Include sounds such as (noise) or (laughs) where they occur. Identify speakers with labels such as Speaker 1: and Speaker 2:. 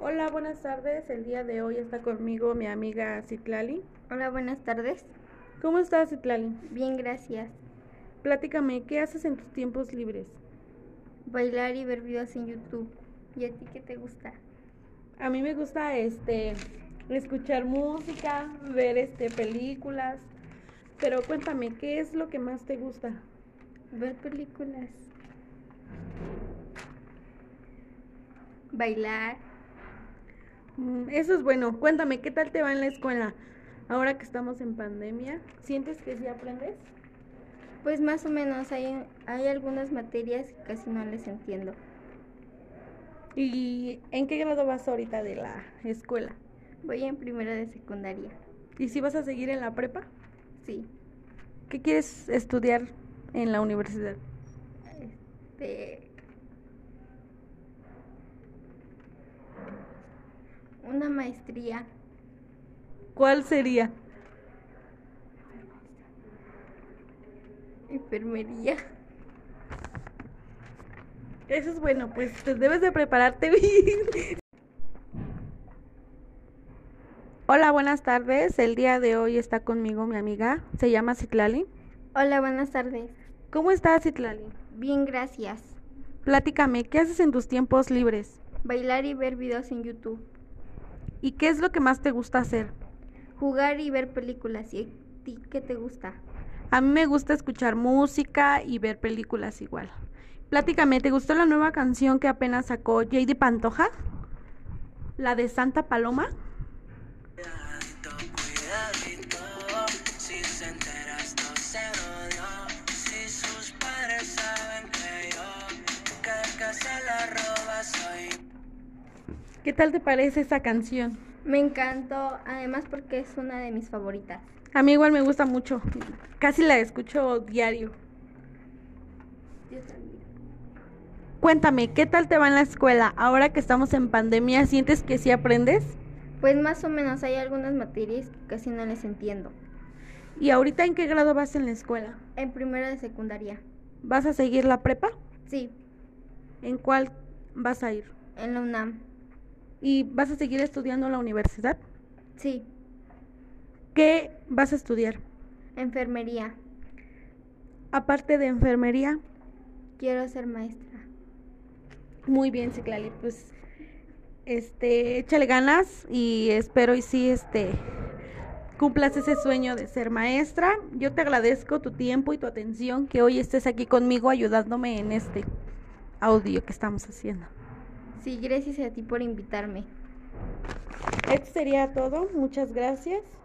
Speaker 1: Hola, buenas tardes. El día de hoy está conmigo mi amiga Citlali.
Speaker 2: Hola, buenas tardes.
Speaker 1: ¿Cómo estás, Citlali?
Speaker 2: Bien, gracias.
Speaker 1: Platícame, ¿qué haces en tus tiempos libres?
Speaker 2: Bailar y ver videos en YouTube. ¿Y a ti qué te gusta?
Speaker 1: A mí me gusta este escuchar música, ver este películas. Pero cuéntame, ¿qué es lo que más te gusta?
Speaker 2: Ver películas. Bailar.
Speaker 1: Mm, Eso es bueno. Cuéntame, ¿qué tal te va en la escuela? Ahora que estamos en pandemia, ¿sientes que sí aprendes?
Speaker 2: Pues más o menos hay, hay algunas materias que casi no les entiendo.
Speaker 1: ¿Y en qué grado vas ahorita de la escuela?
Speaker 2: Voy en primero de secundaria.
Speaker 1: ¿Y si vas a seguir en la prepa?
Speaker 2: Sí.
Speaker 1: ¿Qué quieres estudiar en la universidad?
Speaker 2: Este... Una maestría.
Speaker 1: ¿Cuál sería?
Speaker 2: Enfermería.
Speaker 1: Eso es bueno, pues te debes de prepararte (laughs) bien. Hola, buenas tardes. El día de hoy está conmigo mi amiga, se llama Citlali.
Speaker 2: Hola, buenas tardes.
Speaker 1: ¿Cómo estás, Citlali?
Speaker 2: Bien, gracias.
Speaker 1: Platícame, ¿qué haces en tus tiempos libres?
Speaker 2: Bailar y ver videos en YouTube.
Speaker 1: ¿Y qué es lo que más te gusta hacer?
Speaker 2: Jugar y ver películas. ¿Y a ti qué te gusta?
Speaker 1: A mí me gusta escuchar música y ver películas igual. Platícame, ¿te gustó la nueva canción que apenas sacó JD Pantoja? La de Santa Paloma.
Speaker 3: Cuidadito, cuidadito, si se entera esto se odió. Si sus padres saben que yo, que el que se la roba soy yo.
Speaker 1: ¿Qué tal te parece esa canción?
Speaker 2: Me encantó, además porque es una de mis favoritas.
Speaker 1: A mí igual me gusta mucho. Casi la escucho diario.
Speaker 2: Yo también.
Speaker 1: Cuéntame, ¿qué tal te va en la escuela? Ahora que estamos en pandemia, ¿sientes que sí aprendes?
Speaker 2: Pues más o menos hay algunas materias que casi no les entiendo.
Speaker 1: ¿Y ahorita en qué grado vas en la escuela?
Speaker 2: En primero de secundaria.
Speaker 1: ¿Vas a seguir la prepa?
Speaker 2: Sí,
Speaker 1: ¿En cuál vas a ir?
Speaker 2: en la UNAM.
Speaker 1: ¿Y vas a seguir estudiando en la universidad?
Speaker 2: Sí,
Speaker 1: ¿Qué vas a estudiar?
Speaker 2: enfermería.
Speaker 1: Aparte de enfermería.
Speaker 2: Quiero ser maestra.
Speaker 1: Muy bien, Ciclali, pues este, échale ganas y espero y sí este cumplas ese sueño de ser maestra. Yo te agradezco tu tiempo y tu atención que hoy estés aquí conmigo ayudándome en este audio que estamos haciendo.
Speaker 2: Sí, gracias a ti por invitarme.
Speaker 1: Esto sería todo. Muchas gracias.